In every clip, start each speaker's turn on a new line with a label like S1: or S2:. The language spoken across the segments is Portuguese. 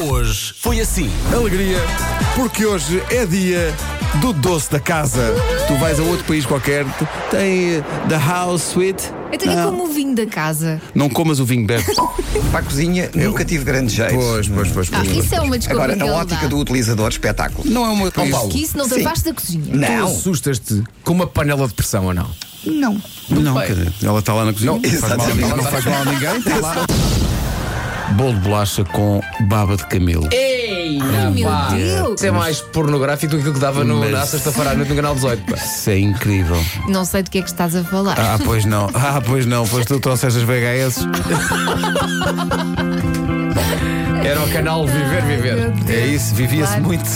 S1: hoje foi assim.
S2: Alegria, porque hoje é dia do doce da casa. Tu vais a outro país qualquer, tu- tem eh, The House Suite.
S3: Eu tenho
S2: não,
S3: como o vinho da casa.
S2: não comas o vinho, bebe.
S4: Para a cozinha, nunca tive grande jeito.
S2: pois, pois, pois.
S3: Ah, isso é uma desculpa
S4: Agora,
S3: que
S4: na
S3: ele
S4: ótica
S3: dá.
S4: do utilizador, espetáculo.
S2: Não é uma coisa.
S3: Que isso não te
S4: Sim.
S3: afaste da cozinha.
S1: Tu
S4: Não,
S1: assustas-te com uma panela de pressão ou não?
S4: não.
S2: Não, quer dizer, ela está lá na cozinha. Não, faz mal, tá a ninguém,
S4: exatamente.
S2: não faz mal a ninguém. Está lá.
S1: Bolo de bolacha com baba de camelo.
S2: É.
S5: Ei,
S3: meu
S5: pá.
S3: Deus.
S5: Isso é mais pornográfico do que aquilo que dava no, na
S1: Mas-
S5: sexta-feira à noite no canal 18. pá.
S1: Isso é incrível.
S3: Não sei do que é que estás a falar.
S2: Ah, pois não. Ah, pois não. Pois tu trouxeste as VHS.
S5: Era o canal Viver Viver.
S2: É isso, vivia-se
S3: Claro.
S2: muito.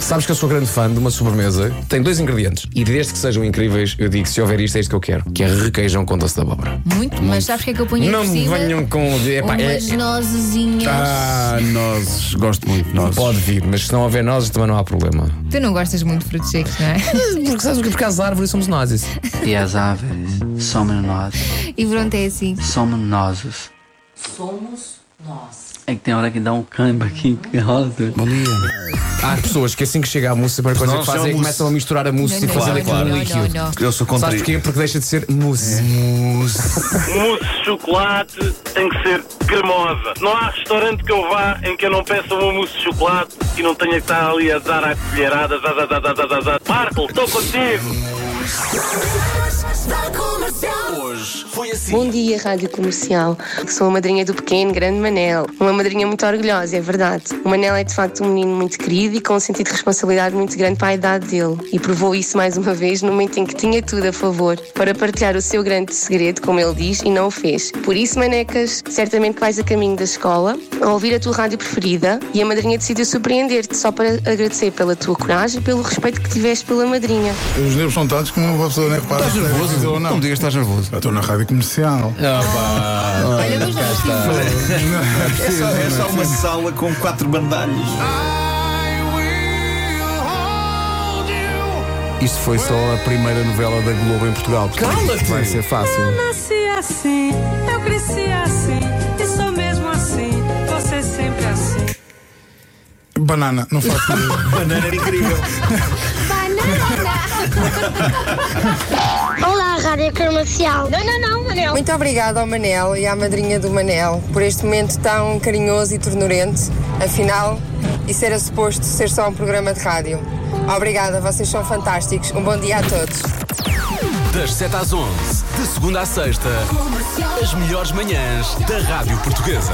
S5: Sabes que eu sou grande fã de uma sobremesa. Tem dois ingredientes. E desde que sejam incríveis, eu digo: se houver isto, é isto que eu quero. Que é requeijão com doce de abóbora.
S3: muito, mas sabes o que é que eu ponho
S5: Não
S3: por
S5: me
S3: cima?
S5: venham com. É, pá, é,
S3: Umas nozezinhas.
S2: Ah, nozes. Gosto muito de nozes.
S5: pode vir, mas se não houver nozes, também não há problema.
S3: Tu não gostas muito de frutos secos, não é?
S5: Porque sabes o que? Porque as árvores somos nós. Isso.
S6: E as árvores somos nós,
S3: E pronto, é assim.
S6: somos nós. Somos nós. É que tem hora que dá um câmbio aqui que roda.
S5: Há pessoas que assim que chega a mousse, a primeira coisa
S1: Não,
S5: que
S1: chama
S5: fazem é que
S1: mousse.
S5: começam a misturar a mousse e
S3: não,
S5: fazer
S3: não,
S5: aquilo
S3: não,
S5: um
S3: não,
S5: líquido.
S3: não.
S1: Eu sou contra
S5: Sabes porquê? Porque deixa de ser mousse.
S7: mousse de chocolate tem que ser cremosa. Não há restaurante que eu vá em que eu não peça uma mousse de chocolate e não tenha que estar ali a dar à colherada. zá, zá, zá, zá, zá, zá. Marco, estou contigo!
S8: Bom dia, Rádio Comercial. Sou a madrinha do pequeno, grande Manel. Uma madrinha muito orgulhosa, é verdade. O Manel é, de facto, um menino muito querido e com um sentido de responsabilidade muito grande para a idade dele. E provou isso mais uma vez no momento em que tinha tudo a favor para partilhar o seu grande segredo, como ele diz, e não o fez. Por isso, Manecas, certamente que vais a caminho da escola a ouvir a tua rádio preferida e a madrinha decidiu surpreender-te só para agradecer pela tua coragem e pelo respeito que tiveste pela madrinha.
S9: Os nervos são tantos que uma pessoa nem repara.
S2: Estás
S9: se é difícil
S2: nervoso?
S9: Ou
S2: Não me
S9: não.
S2: digas que estás nervoso.
S9: Eu Estou na rádio comercial.
S3: Olha, mas não estive.
S10: É só uma sala com quatro bandalhos.
S2: Isto foi só a primeira novela da Globo em Portugal. portanto,
S5: Cala-te!
S2: Vai ser fácil.
S11: nasci assim, eu cresci assim, e sou mesmo assim, você sempre assim.
S9: Banana, não faço ideia.
S10: Banana era incrível.
S8: Olá, Rádio Comercial. Não, não, não, Manel.
S11: Muito obrigada ao Manel e à madrinha do Manel por este momento tão carinhoso e tornurente. Afinal, isso era suposto ser só um programa de rádio. Obrigada, vocês são fantásticos. Um bom dia a todos.
S1: Das 7 às 11, de segunda à sexta, as melhores manhãs da Rádio Portuguesa.